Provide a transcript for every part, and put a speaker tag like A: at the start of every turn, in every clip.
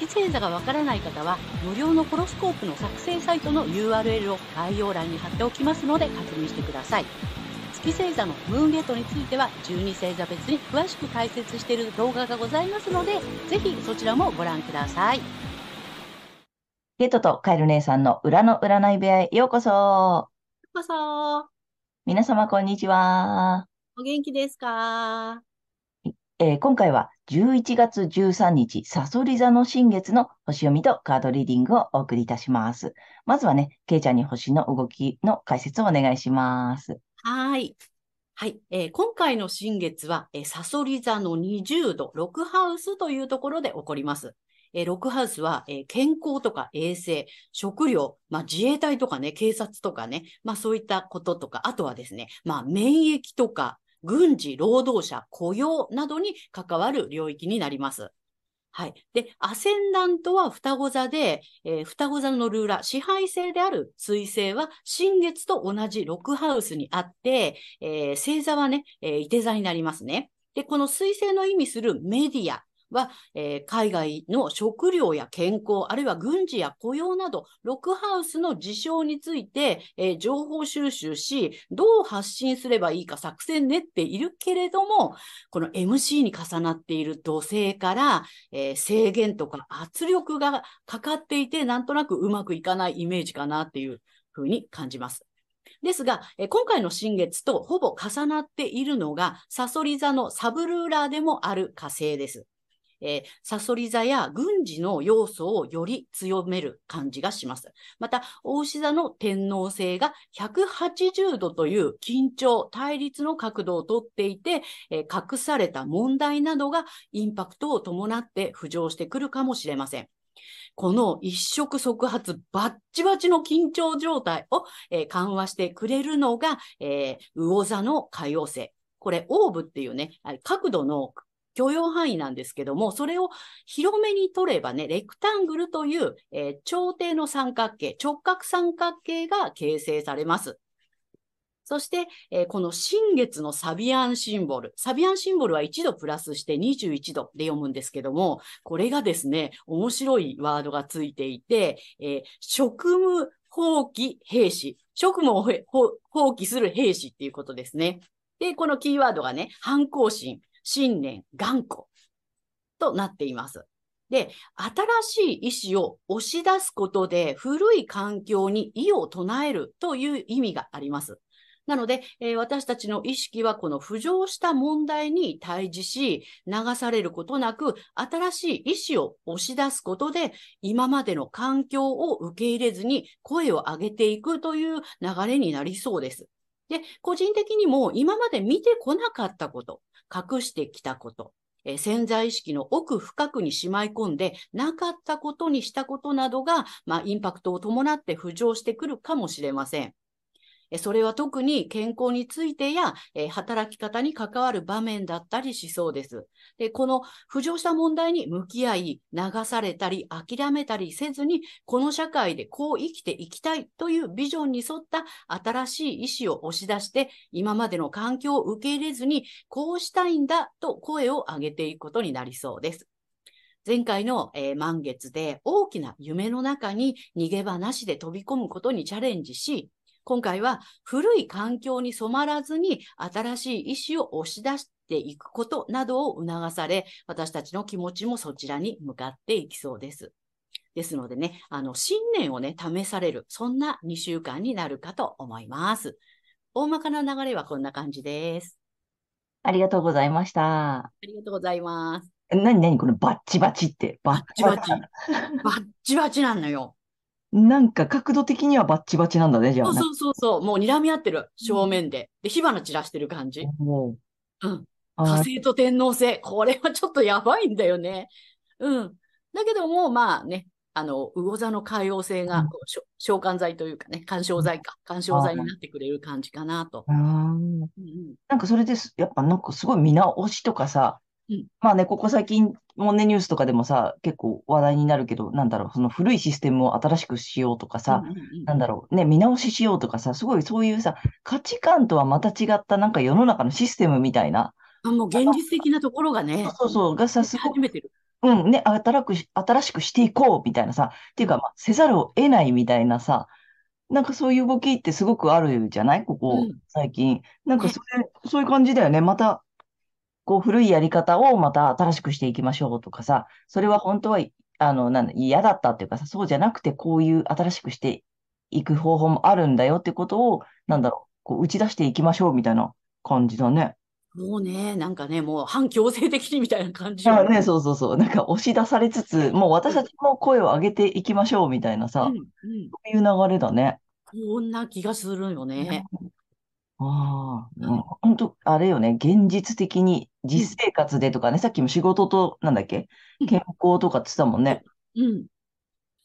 A: 月星座がわからない方は無料のホロスコープの作成サイトの URL を概要欄に貼っておきますので確認してください月星座のムーンゲートについては12星座別に詳しく解説している動画がございますのでぜひそちらもご覧ください
B: ゲートとカエル姉さんの裏の占い部屋へようこそ
A: こそ
B: 皆様こんにちは、
A: お元気ですか
B: えー今回は11月13日、サソリ座の新月の星読みとカードリーディングをお送りいたします。まずはね、ケイちゃんに星の動きの解説をお願いします。
A: はい。はい、えー今回の新月は、えー、サソリ座の20度、6ハウスというところで起こります。えー、6ハウスは、えー健康とか衛生、食料、まあ、自衛隊とかね、警察とかね、まあ、そういったこととか、あとはですね、まあ、免疫とか、軍事、労働者、雇用などに関わる領域になります。はい。で、アセンダントは双子座で、えー双子座のルーラー、支配性である水星は、新月と同じ6ハウスにあって、えー星座はね、えー、伊手座になりますね。で、この水星の意味するメディアは、えー海外の食料や健康、あるいは軍事や雇用など、6ハウスの事象について、えー情報収集し、どう発信すればいいか作戦練っているけれども、この MC に重なっている土星から、えー制限とか圧力がかかっていて、なんとなくうまくいかないイメージかなっていうふうに感じます。ですが、えー今回の新月とほぼ重なっているのが、サソリ座のサブルーラーでもある火星です。えーサソリ座や軍事の要素をより強める感じがします。また、大牛座の天皇星が180度という緊張、対立の角度をとっていて、えー隠された問題などがインパクトを伴って浮上してくるかもしれません。この一触即発バッチバチの緊張状態を、えー緩和してくれるのが、えー魚座の海洋星。これ、オーブっていうね、あれ角度の許容範囲なんですけども、それを広めに取ればね、レクタングルという、えー朝廷の三角形、直角三角形が形成されます。そして、えーこの新月のサビアンシンボル。サビアンシンボルは1度プラスして21度で読むんですけども、これがですね、面白いワードがついていて、えー職務放棄兵士。職務をへほ放棄する兵士っていうことですね。で、このキーワードがね、反抗心、信念、頑固となっています。で、新しい意思を押し出すことで古い環境に異を唱えるという意味があります。なので、えー私たちの意識はこの浮上した問題に対峙し、流されることなく、新しい意思を押し出すことで、今までの環境を受け入れずに声を上げていくという流れになりそうです。で、個人的にも今まで見てこなかったこと、隠してきたこと、えー潜在意識の奥深くにしまい込んで、なかったことにしたことなどが、まあ、インパクトを伴って浮上してくるかもしれません。えーそれは特に健康についてや、えー働き方に関わる場面だったりしそうです。で、この浮上した問題に向き合い、流されたり諦めたりせずに、この社会でこう生きていきたいというビジョンに沿った新しい意思を押し出して、今までの環境を受け入れずに、こうしたいんだと声を上げていくことになりそうです。前回の、えー満月で大きな夢の中に逃げ場なしで飛び込むことにチャレンジし、今回は古い環境に染まらずに新しい意思を押し出していくことなどを促され、私たちの気持ちもそちらに向かっていきそうです。ですのでね、あの、信念をね、試される、そんな2週間になるかと思います。大まかな流れはこんな感じです。
B: ありがとうございました。
A: ありがとうございます。
B: なになにこのバッチバチって。バッ
A: バッチバチ。バッチバチなのよ。
B: なんか角度的にはバッチバチなんだね、じゃ
A: そ
B: あ。
A: うそうそうそう。もう睨み合ってる。正面で。で、火花散らしてる感じ。
B: もう
A: うん。火
B: あー
A: 星と天王星。これはちょっとやばいんだよね。うん。だけども、まあね、あの、魚座の海洋性が、
B: うん
A: こうしょ召喚剤というかね、干渉剤か、干渉剤になってくれる感じかなと。
B: うん
A: うんうん
B: なんかそれです、やっぱなんかすごい見直しとかさ
A: うん、
B: まあね、ここ最近もね、ニュースとかでもさ、結構話題になるけど、なんだろう、その古いシステムを新しくしようとかさ、
A: うんうんうん
B: なんだろう、ね、見直ししようとかさ、すごいそういうさ、価値観とはまた違った、なんか世の中のシステムみたいな、
A: あもう現実的なところがね、
B: そうそう、がさ、すご
A: 始
B: く、
A: めてる。
B: うん、ね、新くし、新しくしていこうみたいなさ、っていうか、まあ、せざるを得ないみたいなさ、なんかそういう動きってすごくあるじゃないここ
A: うん
B: 最近。なんかそれ、そういう感じだよね。また、こう古いやり方をまた新しくしていきましょうとかさ、それは本当は、あの、なんだ、嫌だったっていうかさ、そうじゃなくてこういう新しくしていく方法もあるんだよってことを、なんだろう、こう打ち出していきましょうみたいな感じだね。
A: もうね、なんかね、もう反強制的にみたいな感じ
B: あ
A: よ
B: ね、そうそうそう。なんか押し出されつつ、もう私たちも声を上げていきましょうみたいな
A: うん
B: さ、
A: うん
B: そういう流れだね。
A: こんな気がするよね。
B: ああ、うん本当あれよね、現実的に実生活でとかね、さっきも仕事と、なんだっけ、
A: うん
B: 健康とかって言ってたもんね。
A: うん。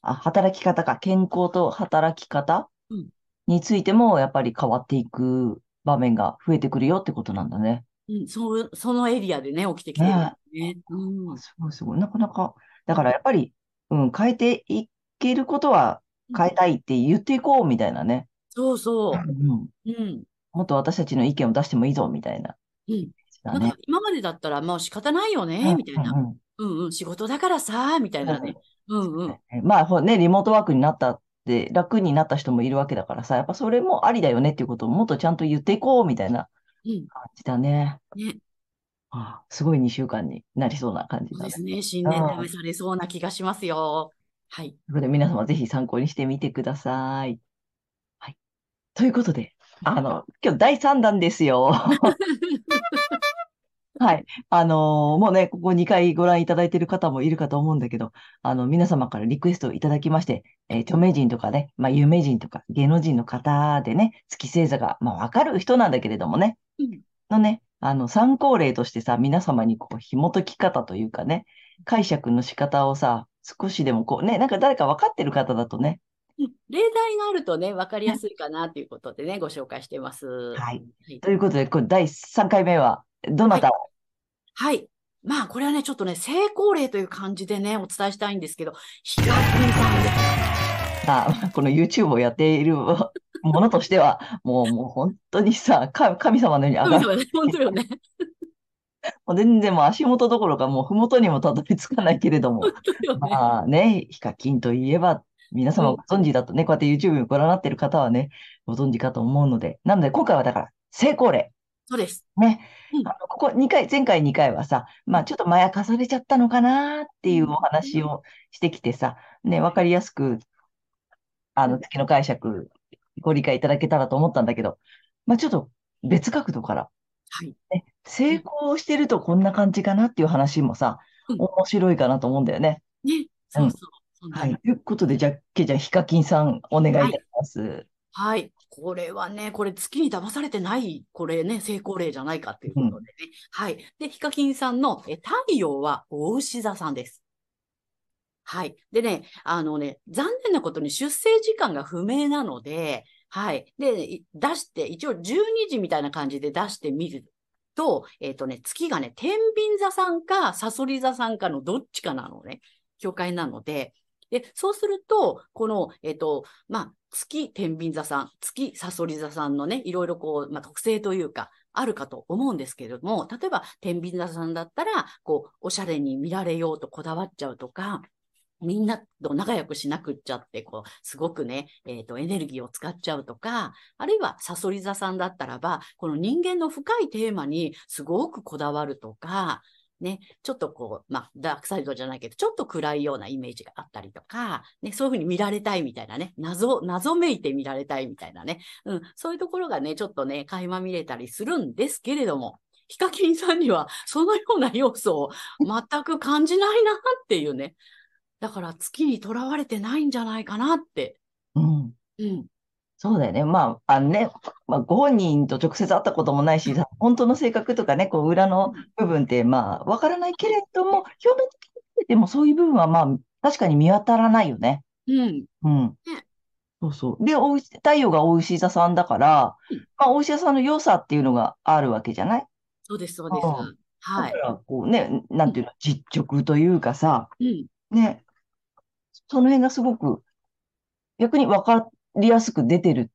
B: あ、働き方か、健康と働き方
A: うん
B: についても、やっぱり変わっていく場面が増えてくるよってことなんだね。
A: うん、そそのエリアでね、起きてきてるよね。うん。
B: すごいすごい。なかなか、だからやっぱり、うん、変えていけることは変えたいって言っていこうみたいなね。
A: そうそうう。
B: ん、
A: うん。
B: もっと私たちの意見を出してもいいぞみたいな。
A: うん。
B: だ
A: なん
B: ね
A: か。今までだったら、まあ仕方ないよ
B: う
A: ね、
B: ん
A: みたいな。
B: うん
A: うんうん、仕事だからさ、みたいなね。うんうん。
B: うんまあほね、リモートワークになったって楽になった人もいるわけだからさ、やっぱそれもありだよねっていうことをもっとちゃんと言っていこうみたいな
A: うん。
B: 感じだね。
A: ね。
B: ああすごい2週間になりそうな感じ
A: そう
B: だ
A: で
B: ね。
A: すね。新年試されそうな気がしますよ。はい。
B: ということで皆様ぜひ参考にしてみてください。はい。ということで、あの、今日第3弾で すよ。はい。あのーもうね、ここ2回ご覧いただいている方もいるかと思うんだけど、あの、皆様からリクエストをいただきまして、えー著名人とかね、まあ、有名人とか芸能人の方でね、月星座が、まあ、わかる人なんだけれどもね
A: うん、
B: のね、あの、参考例としてさ、皆様にこう、紐解き方というかね、解釈の仕方をさ、少しでもこう、ね、なんか誰か分かってる方だとね、
A: うん例題があるとね、わかりやすいかなということでね、ご紹介してます。。
B: はいい。ということで、これ第3回目は、どなたを、
A: はい。まあ、これはね、ちょっとね、成功例という感じでね、お伝えしたいんですけど、ヒカキンさんです。
B: あ、この YouTube をやっているものとしては、もう、もう本当にさ、か神様のように上
A: 神
B: がる。
A: 様ね本当よね。
B: もう全然もう足元どころか、もう麓にもたどり着かないけれども、
A: 本当よね。
B: まあね、ヒカキンといえば、皆様ご存知だとね、こうやって YouTube をご覧になっている方はね、ご存知かと思うので、なので今回はだから、成功例。
A: そうです。
B: ね
A: うん。
B: あのここ2回、前回2回はさ、まあちょっとまやかされちゃったのかなっていうお話をしてきてさ、ね、わかりやすく、あの、月の解釈、ご理解いただけたらと思ったんだけど、まあちょっと別角度から、
A: はい。
B: ね、成功してるとこんな感じかなっていう話も
A: う
B: さ、
A: ん
B: 面白いかなと思うんだよね。
A: ね。そうそう。そんな
B: はい。ということで、じゃあ、けいちゃん、ヒカキンさん、お願いいたします。
A: はい。これはね、これ月に騙されてない、これね、成功例じゃないかっていうことでね。はい。で、ヒカキンさんのえ太陽は大牛座さんです。はい。でね、あのね、残念なことに出生時間が不明なので、はい。で、い出して、一応12時みたいな感じで出してみると、えっ、とね、月がね、天秤座さんか、サソリ座さんかのどっちかなのね、境界なので、で、そうすると、この、えっ、と、まあ、月天秤座さん、月サソリ座さんのね、いろいろこう、まあ、特性というか、あるかと思うんですけれども、例えば天秤座さんだったら、こう、おしゃれに見られようとこだわっちゃうとか、みんなと仲良くしなくっちゃって、こう、すごくね、えっ、と、エネルギーを使っちゃうとか、あるいはサソリ座さんだったらば、この人間の深いテーマにすごくこだわるとか、ね、ちょっとこう、まあ、ダークサイドじゃないけど、ちょっと暗いようなイメージがあったりとか、ね、そういうふうに見られたいみたいなね、謎、謎めいて見られたいみたいなね、うん、そういうところがね、ちょっとね、垣間見れたりするんですけれども、ヒカキンさんにはそのような要素を 全く感じないなっていうね、だから月にとらわれてないんじゃないかなって、
B: うん。
A: うん、
B: そうだよね。まあ、あのね、まあ、ご本人と直接会ったこともないし、本当の性格とかね、こう裏の部分って、まあ、わからないけれども、表面的に見ててもそういう部分は、まあ、確かに見当たらないよね。
A: うん。
B: うん。そうそう。で、おうし太陽がお牛座さんだから
A: うん、
B: まあ、お牛座さんの良さっていうのがあるわけじゃない
A: そうです、そうです。
B: うん
A: は
B: だ
A: い
B: か。ら、こうね、なんていうの、実直というかさ、
A: うん。
B: ね、その辺がすごく、逆に分かりやすく出てる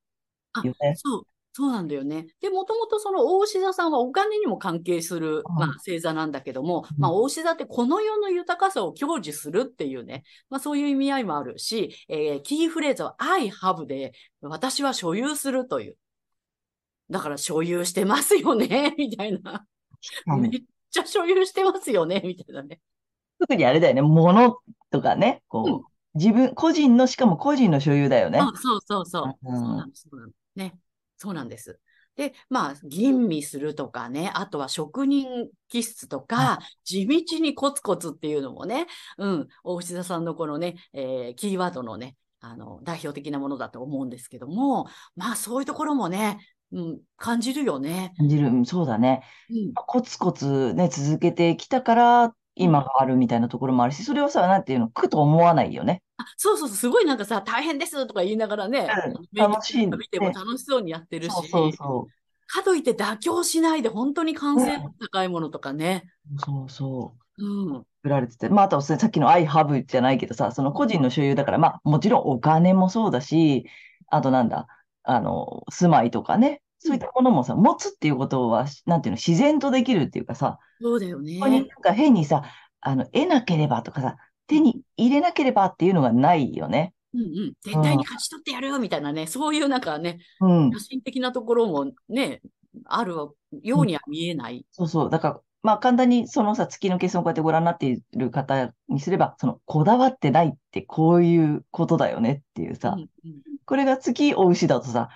B: よね。
A: そう、そうなんだよね。で、もともとその大牛座さんはお金にも関係する、
B: うん
A: まあ、星座なんだけども、
B: うん
A: まあ、大牛座ってこの世の豊かさを享受するっていうね、まあ、そういう意味合いもあるし、えーキーフレーズは I have で、私は所有するという。だから所有してますよね、みたいな。
B: うん
A: めっちゃ所有してますよね、みたいなね。
B: 特にあれだよね、物とかね、こう、自分、個人の、しかも個人の所有だよね。
A: あ、そうそうそう。
B: うん
A: そうなの、そうなの。ね。そうなんです。で、まあ、吟味するとかね、あとは職人気質とか、地道にコツコツっていうのもね、うん、大牛座さんのこのね、えーキーワードのね、あの、代表的なものだと思うんですけども、まあ、そういうところもね、うん、感じるよね。
B: 感じる、うんそうだね。
A: うん、
B: コツコツね、続けてきたから、今があるみたいなところもあるし、それをさ、なんていうの、苦と思わないよね。
A: あそうそうそう、すごいなんかさ、大変ですとか言いながらね、
B: うん楽しいね
A: 見ても楽しそうにやってるし、
B: そうそうそ
A: かといって妥協しないで、本当に完成度高いものとかね。
B: う。そうそう。
A: うん。
B: 売られてて。まあ、あと、さっきの I have じゃないけどさ、その個人の所有だから、まあ、もちろんお金もそうだし、あとなんだ、あの、住まいとかね、そういったものもさ、持つっていうことは、なんていうの、自然とできるっていうかさ、
A: そうだよね
B: そ。こになんか変にさ、あの、得なければとかさ、手に入れなければっていうのがないよね。
A: うんうん。絶対に勝ち取ってやるよみたいなね、そういうなんかね、
B: うん。
A: 野心的なところもね、あるようには見えない。
B: そうそう。だから、まあ、簡単にそのさ、月の計算をこうやってご覧になっている方にすれば、その、こだわってないってこういうことだよねっていう
A: う
B: さ、
A: んうん
B: これが月お牛だとさ、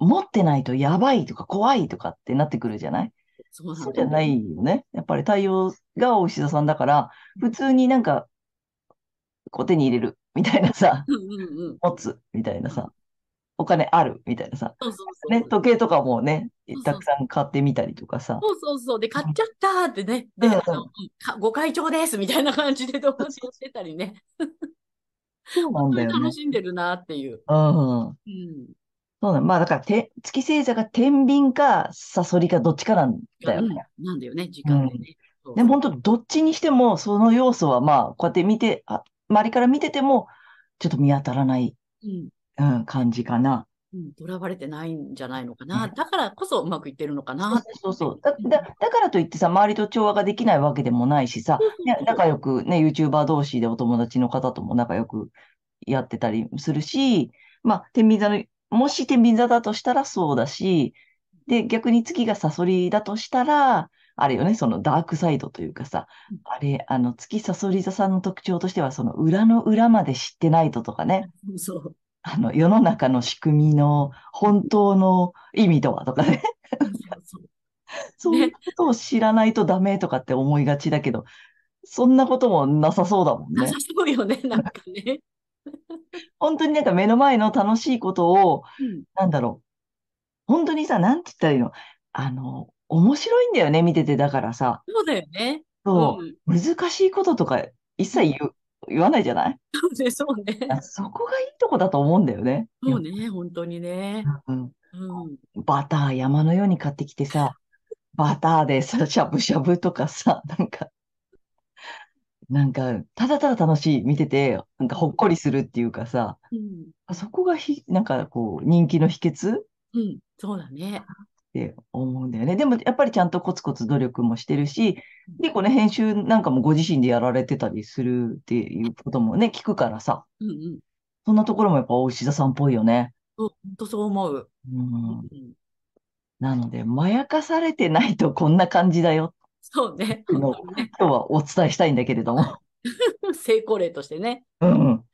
B: 持ってないとやばいとか怖いとかってなってくるじゃない
A: そうなん
B: そ
A: だ
B: うじゃ
A: よね。
B: ないよね。やっぱり太陽がお牛座さんだから、普通になんか、こう手に入れるみたいなさ、
A: うんうんうん。
B: 持つみたいなさ、お金あるみたいなさ、
A: そうそうそう。
B: ね、時計とかもね
A: そう、そう
B: たくさん買ってみたりとかさ、
A: そうそうそう。で、買っちゃったーってね。で、
B: うんうん
A: あの、かご会長ですみたいな感じで動画をしてたりね。
B: そうなん
A: 本当
B: だ
A: に
B: よね
A: 楽。しんでるなっていう。
B: うん。
A: うん。
B: そうだ、まあだからて、月星座が天秤かサソリかどっちかなんだよ
A: う
B: ね。
A: んなんだよね、時間でね。そう
B: でも本当、どっちにしても、その要素はまあ、こうやって見て、あ、周りから見てても、ちょっと見当たらない、
A: うん。
B: うん、感じかな。
A: うん、とらわれてないんじゃないのか
B: う
A: な。
B: ん
A: だからこそうまくいってるのか
B: そう
A: な。
B: そうそう。だ、だ、だからといってさ、周りと調和ができないわけでもないしさ、ね仲良くね、YouTuber 同士でお友達の方とも仲良くやってたりするし、まあ、天秤座の、もし天秤座だとしたらそうだし、で、逆に月がサソリだとしたら、あれよね、そのダークサイドというかさ
A: うん、
B: あれ、あの、月サソリ座さんの特徴としては、その裏の裏まで知ってないととかね、
A: そう。
B: あの、世の中の仕組みの本当の意味とはとかね、
A: そう
B: そういうことを知らないとダメとかって思いがちだけど、そんなこともなさそうだもん
A: な
B: ね
A: さ。そうよね、 なんかね。
B: 本当になんか目の前の楽しいことを、
A: うん
B: なんだろう。本当にさ、なんて言ったらいいのあの、面白いんだよね、見てて。だからさ、
A: そうだよね。
B: そう
A: うん
B: う、難しいこととか一切言う言わないじゃない
A: そうね、そうね。
B: そこがいいとこだと思うんだよね。
A: そうね、本当にね。
B: うん
A: うん。
B: バター山のように買ってきてさ、バターでさ、しゃぶしゃぶとかさ、 なんか、なんか、ただただ楽しい、見てて、なんかほっこりするっていうかさ、
A: うん。
B: そこがひ、なんかこう、人気の秘訣っ
A: うん。そうだね。
B: て思うんだよね。でも、やっぱりちゃんとコツコツ努力もしてるし、結構ね、編集なんかもご自身でやられてたりするっていうこともね、聞くからさ、
A: うんうん。
B: そんなところもやっぱ大石田さんっぽいよね。
A: そう本当そう思う。
B: う。
A: うんん
B: なので、まやかされてないとこんな感じだよ
A: そうね。
B: の
A: 本当にね
B: 今日はお伝えしたいんだけれども。
A: 成功例としてね。
B: うん。
A: うん。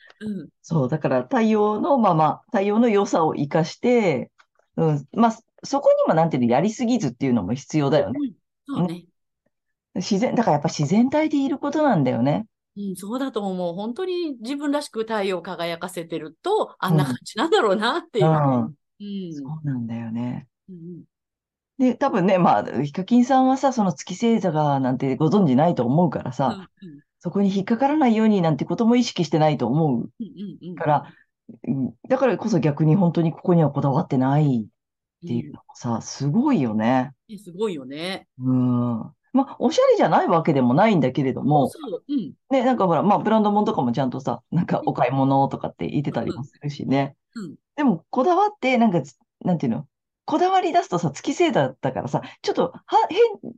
B: そう、だから太陽のまま、太陽の良さを生かして、うん、まあ、そこにもなんていうの、やりすぎずっていうのも必要だよね。
A: うんそうね。
B: 自然、だからやっぱ自然体でいることなんだよね。
A: うん、そうだと思う。本当に自分らしく太陽を輝かせてると、あんな感じなんだろうなっていうう。
B: ん。
A: うん
B: そうなんだよね。
A: うん
B: で、多分ね、まあ、ヒカキンさんはさ、その月星座がなんてご存じないと思うから
A: う
B: さ、
A: ん
B: そこに引っかからないようになんてことも意識してないと思う
A: うんうんうん
B: から、うんだからこそ逆に本当にここにはこだわってないっていうのがさ、すごいよね。
A: うんすごいよね。
B: うん。まあ、おしゃれじゃないわけでもないんだけれども、
A: そう、うん、
B: ね、なんかほら、まあ、ブランド物とかもちゃんとさ、なんかお買い物とかって言ってたりもするしね
A: うんうん。
B: でも、こだわって、なんか、なんていうのこだわり出すとさ、月星だったからさ、ちょっと、は、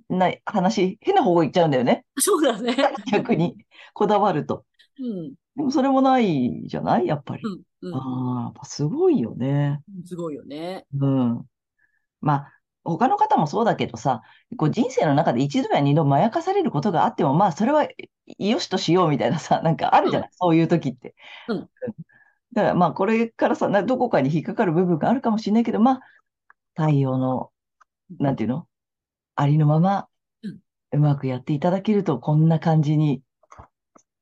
B: 変な話、変な方向行っちゃうんだよね。
A: そうだね。
B: 逆に、こだわると。
A: うん、
B: でも、それもないじゃないやっぱり
A: う。ん、うん
B: ああ、やっぱすごいよね。
A: うん、すごいよね。
B: うん。まあ、他の方もそうだけどさ、こう人生の中で一度や二度まやかされることがあっても、まあ、それはよしとしようみたいなさ、 なんかあるじゃない、そういう時って。
A: うん
B: だからまあ、これからさ、などこかに引っかかる部分があるかもしれないけど、まあ、太陽の、なんていうのありのまま
A: うん、
B: うまくやっていただけると、こんな感じに、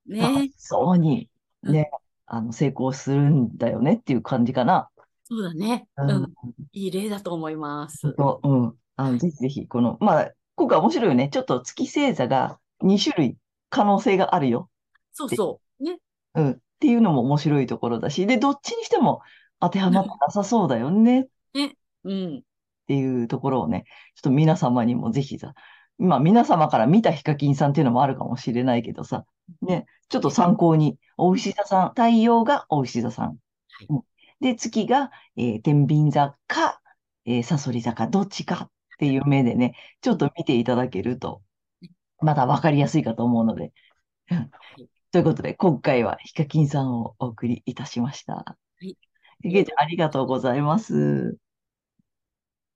B: まあ
A: ね、
B: そうに、
A: うん
B: ね、あの、成功するんだよねっていう感じかな。
A: そうだね。う
B: うん
A: ん、いい例だと思います。
B: そう、うん。あの、ぜひぜひ、この、まあ、今回面白いよね。ちょっと月星座が2種類可能性があるよ。
A: そうそう。ね、
B: うん。っていうのも面白いところだし、で、どっちにしても当てはまってなさそうだよねっ
A: うん、
B: ていうところをね、ちょっと皆様にもぜひさ、まあ、皆様から見たヒカキンさんっていうのもあるかもしれないけどさ、ね、ちょっと参考に、お牛座さん、太陽がお牛座さん。
A: い
B: うんで、月が、えー天秤座か、えー、サソリ座か、どっちかっていう目でね、ちょっと見ていただけると、まだわかりやすいかと思うので。うん
A: い
B: ということで、今回はヒカキンさんをお送りいたしました。
A: い
B: ゲイちゃん、ありがとうございます。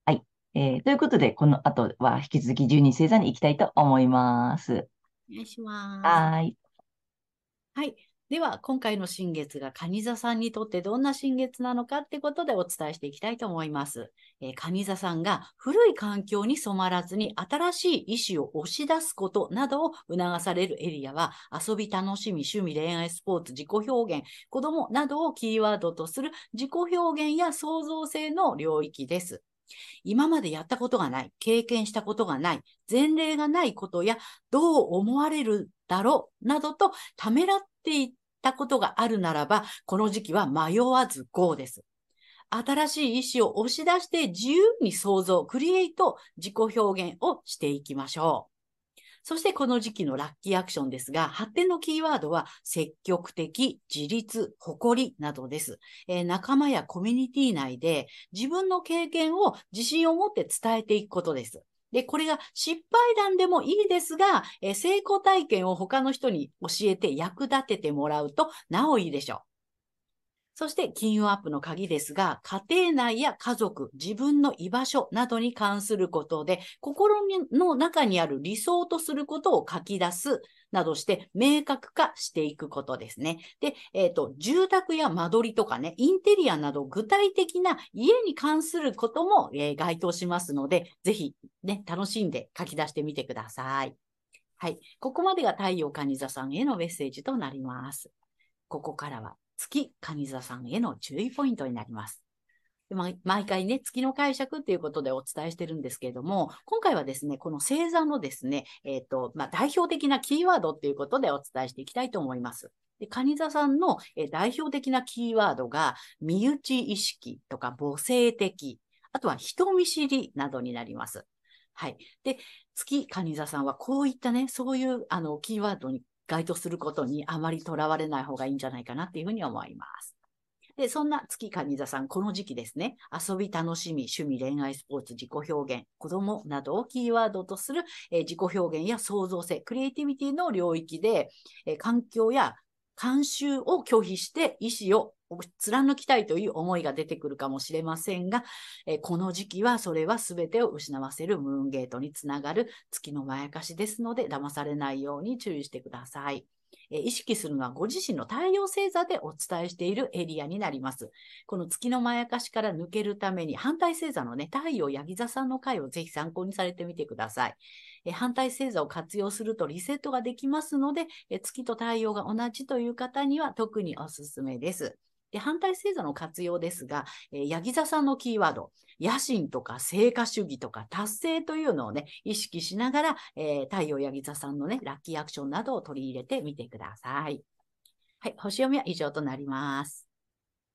B: はい。えーということで、この後は引き続き12星座に行きたいと思います。
A: お願いします。
B: はーい。
A: はい。では、今回の新月が蟹座さんにとってどんな新月なのかってことでお伝えしていきたいと思います。えー、蟹座さんが古い環境に染まらずに新しい意志を押し出すことなどを促されるエリアは遊び、楽しみ、趣味、恋愛、スポーツ、自己表現、子供などをキーワードとする自己表現や創造性の領域です。今までやったことがない、経験したことがない、前例がないことやどう思われるだろうなどとためらっていったことがあるならば、この時期は迷わず GO です。新しい意志を押し出して自由に創造、クリエイト、自己表現をしていきましょう。そしてこの時期のラッキーアクションですが、発展のキーワードは積極的、自立、誇りなどです、えー仲間やコミュニティ内で自分の経験を自信を持って伝えていくことです。で、これが失敗談でもいいですが、えー成功体験を他の人に教えて役立ててもらうとなおいいでしょう。そして金運アップの鍵ですが、家庭内や家族、自分の居場所などに関することで、心の中にある理想とすることを書き出すなどして明確化していくことですね。で、えっ、と、住宅や間取りとかね、インテリアなど具体的な家に関することも、えー該当しますので、ぜひね、楽しんで書き出してみてください。はい。ここまでが太陽蟹座さんへのメッセージとなります。ここからは月蟹座さんへの注意ポイントになります。でま毎回ね、月の解釈ということでお伝えしてるんですけれども、今回はですね、この星座のですね、えっ、と、まあ、代表的なキーワードということでお伝えしていきたいと思います。で、蟹座さんの、えー代表的なキーワードが、身内意識とか母性的、あとは人見知りなどになります。はい。で、月蟹座さんはこういったね、そういうあのキーワードに該当することにあまりとらわれない方がいいんじゃないかなっていうふうに思います。で、そんな月蟹座さん、この時期ですね、遊び、楽しみ、趣味、恋愛、スポーツ、自己表現、子供などをキーワードとする、えー自己表現や創造性、クリエイティビティの領域で、えー環境や慣習を拒否して意思を貫きたいという思いが出てくるかもしれませんが、えーこの時期はそれは全てを失わせるムーンゲートにつながる月のまやかしですので、騙されないように注意してください。えー意識するのはご自身の太陽星座でお伝えしているエリアになります。この月のまやかしから抜けるために、反対星座のね、太陽ヤギ座さんの回をぜひ参考にされてみてください。えー反対星座を活用するとリセットができますので、えー月と太陽が同じという方には特におすすめです。で、反対星座の活用ですが、えー、ヤギ座さんのキーワード、野心とか成果主義とか達成というのをね、意識しながら、えー、太陽ヤギ座さんのね、ラッキーアクションなどを取り入れてみてください。はい、星読みは以上となります。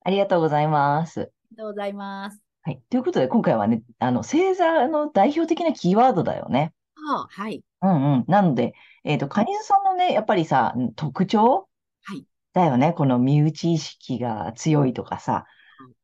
B: ありがとうございます。
A: ありがとうございます。
B: はい。ということで、今回はね、あの、星座の代表的なキーワードだよね。
A: あはい。
B: うんうん。なので、えっと、カニズさんのね、やっぱりさ、特徴
A: はい
B: だよね。この身内意識が強いとかさ
A: はい、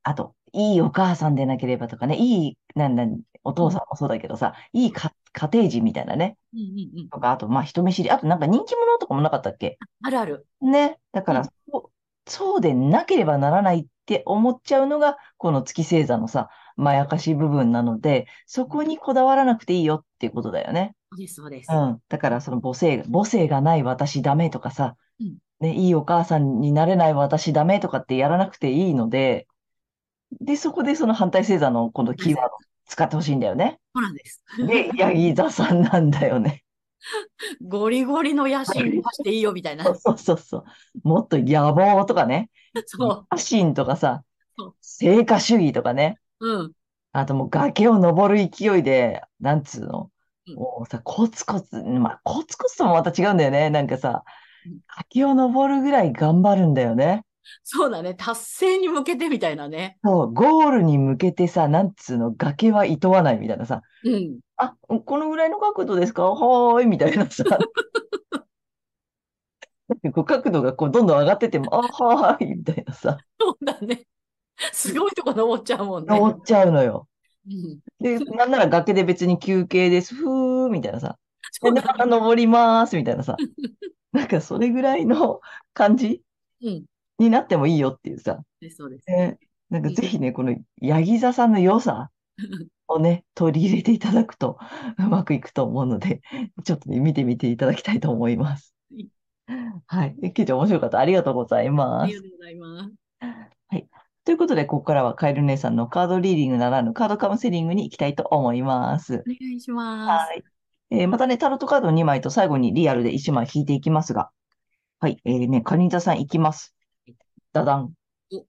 B: あと、いいお母さんでなければとかね、いい、なんなん、お父さんもそうだけどさ、いいか家庭児みたいなね、
A: うんうんうん。
B: とか、あと、まあ、人見知り、あとなんか人気者とかもなかったっけ
A: あるある。
B: ね。だか
A: う
B: ら、
A: ん
B: そうそうでなければならないって思っちゃうのが、この月星座のさ、まやかし部分なので、そこにこだわらなくていいよっていうことだよね。
A: そうです、そうです。
B: うん。だから、その母性、母性がない私ダメとかさ
A: うん、
B: ね、いいお母さんになれない私ダメとかってやらなくていいので、で、そこでその反対星座のこのキーワード使ってほしいんだ よね。
A: そうなんです。
B: で、ヤギ座さんなんだよ ね。
A: ゴリゴリの野心出していいよみたいな
B: そ。うそうそうそう。もっと野望とかね。
A: そう。
B: 家臣とかさ
A: そう、
B: 成果主義とかね。
A: うん。
B: あともう崖を登る勢いで、なんつうの
A: うん
B: もうさ、コツコツ、まあ、コツコツともまた違うんだよね。なんかさ
A: うん、
B: 崖を登るぐらい頑張るんだよね。
A: そうだね。達成に向けてみたいなね。
B: そう、ゴールに向けてさ、なんつうの、崖はいとわないみたいなさ、
A: うん。
B: あ、このぐらいの角度ですかはーい、みたいなさ。 だってこう角度がこうどんどん上がってっても、あ、はーい、みたいなさ、
A: そうだね。すごいとこ登っちゃうもんね。
B: 登っちゃうのよ。
A: うん。
B: で、なんなら崖で別に休憩です、ふー、みたいなさ。
A: そ
B: で、
A: う
B: ま
A: だ
B: た登ります、みたい なさ。なんかそれぐらいの感じ
A: うん。
B: になってもいいよっていうさ。
A: ですそうです。
B: ねなんかぜひね、このヤギ座さんの良さをね、取り入れていただくとうまくいくと思うので、ちょっとね、見てみていただきたいと思います
A: はい。
B: はい。ケイちゃん面白かった。ありがとうござい
A: あ
B: ま
A: り
B: す
A: が。とうございます。
B: ということで、ここからはカエル姉さんのカードリーディングならぬカードカウンセリングに行きたいと思います。
A: お願いします。
B: はい。えーまたね、タロットカード2枚と最後にリアルで1枚引いていきますが。はい。えーね、カニ座さんいきます。ダダン
A: お。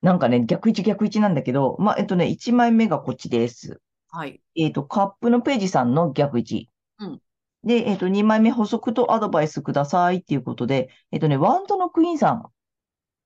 B: なんかね、逆位置逆位置なんだけど、まあ、えっとね、1枚目がこっちです。
A: はい。
B: えっと、カップのページさんの逆位置。
A: うん
B: で、えっと、2枚目補足とアドバイスくださいっていうことで、えっとね、ワンドのクイーンさん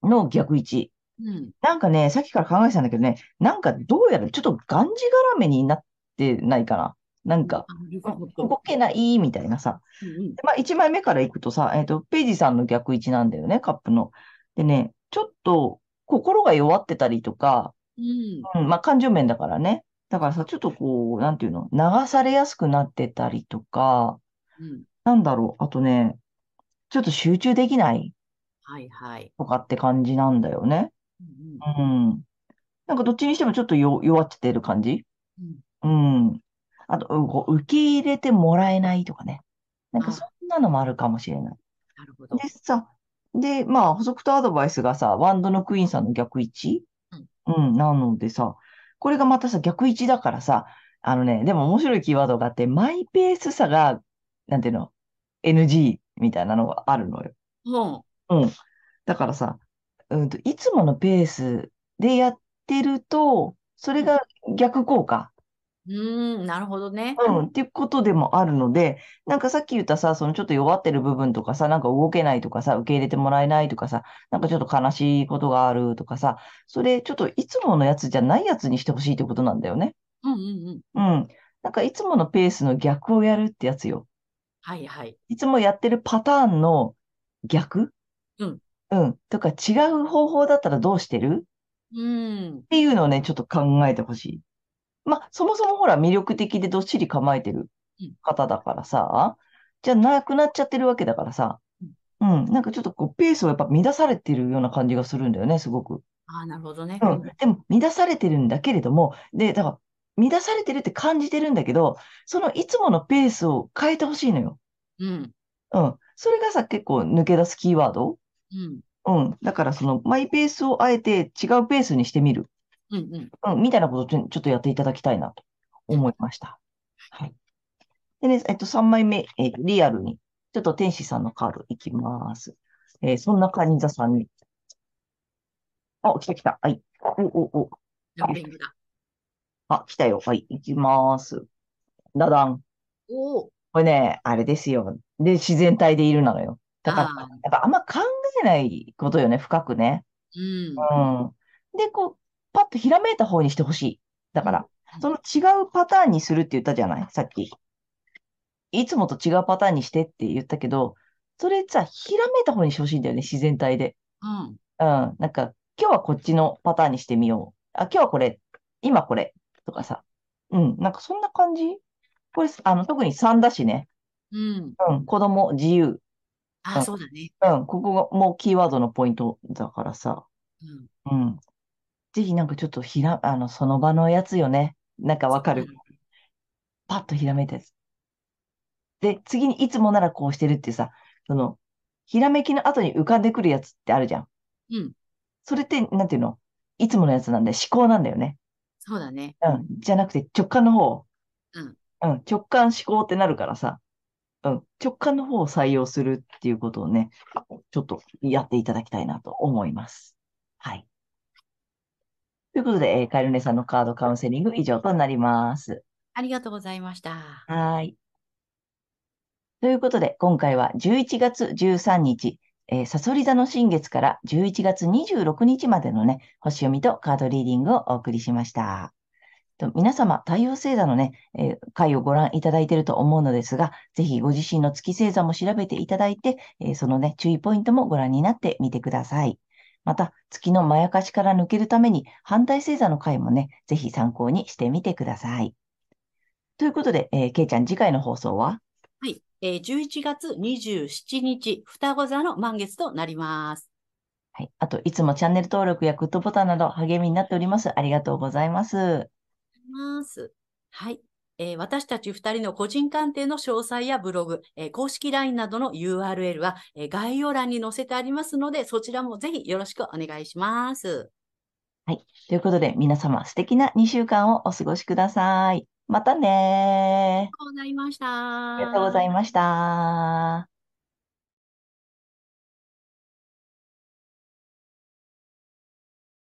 B: の逆位置。
A: うん。
B: なんかね、さっきから考えてたんだけどね、なんかどうやらちょっとがんじがらめになってないかな。なんか、
A: あなるほど
B: 動けないみたいなさ。
A: うんうん
B: まあ、1枚目からいくとさ、えっと、ページさんの逆位置なんだよね、カップの。でね、ちょっと心が弱ってたりとか、
A: うん。
B: うん、まあ、感情面だからね。だからさ、ちょっとこう、なんていうの、流されやすくなってたりとか、
A: うん。
B: なんだろう、あとね、ちょっと集中できない
A: はいはい。
B: とかって感じなんだよね。
A: うん
B: うん。なんかどっちにしてもちょっとよ弱ってる感じ
A: うん
B: うん。あと、うこう受け入れてもらえないとかね。なんか
A: あ
B: そんなのもあるかもしれない。
A: なるほど。
B: でさ、で、まあ、補足とアドバイスがさ、ワンドのクイーンさんの逆位置
A: うん
B: うん、なのでさ、これがまたさ、逆位置だからさ、あのね、でも面白いキーワードがあって、マイペースさが、なんていうの、NG みたいなのがあるのよ。
A: うん。
B: うん。だからさ、うんと、いつものペースでやってると、それが逆効果。
A: うん。なるほどね。
B: うん、っていうことでもあるので、なんかさっき言ったさ、そのちょっと弱ってる部分とかさ、なんか動けないとかさ、受け入れてもらえないとかさ、なんかちょっと悲しいことがあるとかさ、それちょっといつものやつじゃないやつにしてほしいってことなんだよね。
A: うんうんうん。
B: うん。なんかいつものペースの逆をやるってやつよ。
A: はいはい。
B: いつもやってるパターンの逆
A: うん。
B: うん。とか違う方法だったらどうしてる
A: うん。
B: っていうのをね、ちょっと考えてほしい。まあ、そもそもほら、魅力的でどっしり構えてる
A: うん
B: 方だからさ、じゃなくなっちゃってるわけだからさ、うん、なんかちょっとこう、ペースをやっぱ乱されてるような感じがするんだよね、すごく。
A: ああ、なるほどね。
B: うん、でも、乱されてるんだけれども、で、だから、乱されてるって感じてるんだけど、そのいつものペースを変えてほしいのよ。
A: うん。
B: うん。それがさ、結構抜け出すキーワード。
A: うん。
B: うん。だから、その、マイペースをあえて違うペースにしてみる。
A: うん。うん。
B: うん、みたいなことをちょちょっとやっていただきたいなと思いました。はい。でね、えっと、3枚目、えっと、リアルに、ちょっと天使さんのカードいきます。えーそんな感じ座さんに。お、来た来た。はい。お、お、お。
A: ラッピングだ。
B: あ、来たよ。はい。行きます。だだん。
A: おお。
B: これね、あれですよ。で、自然体でいるなのよ。だから、
A: あ
B: やっぱあんま考えないことよね、深くね。
A: うん。
B: うん。で、こう、パッとひらめいた方にしてほしい。だから
A: う、ん
B: その違うパターンにするって言ったじゃないさっき。いつもと違うパターンにしてって言ったけど、それさ、ひらめいた方にしてほしいんだよね、自然体で。
A: うん。
B: うん。なんか、今日はこっちのパターンにしてみよう。あ、今日はこれ。今これ。とかさ。うん。なんかそんな感じこれ、あの、特に3だしね。
A: うん。
B: うん。子供、自由。
A: あ、そうだね。
B: うん。ここがもうキーワードのポイントだからさ。
A: うん。
B: うん。ぜひなんかちょっとひら、あの、その場のやつよね。なんかわかる。パッとひらめいたやつ。で、次にいつもならこうしてるってさ、その、ひらめきの後に浮かんでくるやつってあるじゃん。
A: うん。
B: それって、なんていうのいつものやつなんで思考なんだよね。
A: そうだね。
B: うん。じゃなくて直感の方。
A: うん。
B: うん。直感思考ってなるからさ。うん。直感の方を採用するっていうことをね、ちょっとやっていただきたいなと思います。はい。ということで、えーカエルネさんのカードカウンセリング以上となります。
A: ありがとうございました。
B: はい。ということで、今回は11月13日、えー、サソリ座の新月から11月26日までのね、星読みとカードリーディングをお送りしました。と皆様、太陽星座のね、えー回をご覧いただいていると思うのですが、ぜひご自身の月星座も調べていただいて、えーそのね、注意ポイントもご覧になってみてください。また、月のまやかしから抜けるために、反対星座の回もね、ぜひ参考にしてみてください。ということで、えー、けいちゃん、次回の放送は
A: はい。えー、11月27日、双子座の満月となります。
B: はい。あと、いつもチャンネル登録やグッドボタンなど励みになっております。ありがとうございます。
A: ます。はい。えー私たち2人の個人鑑定の詳細やブログ、えー公式 LINE などの URL は、えー概要欄に載せてありますので、そちらもぜひよろしくお願いします。
B: ということで、皆様、素敵な2週間をお過ごしください。またね
A: ありがとうございました。
B: ー。ありがとうございました。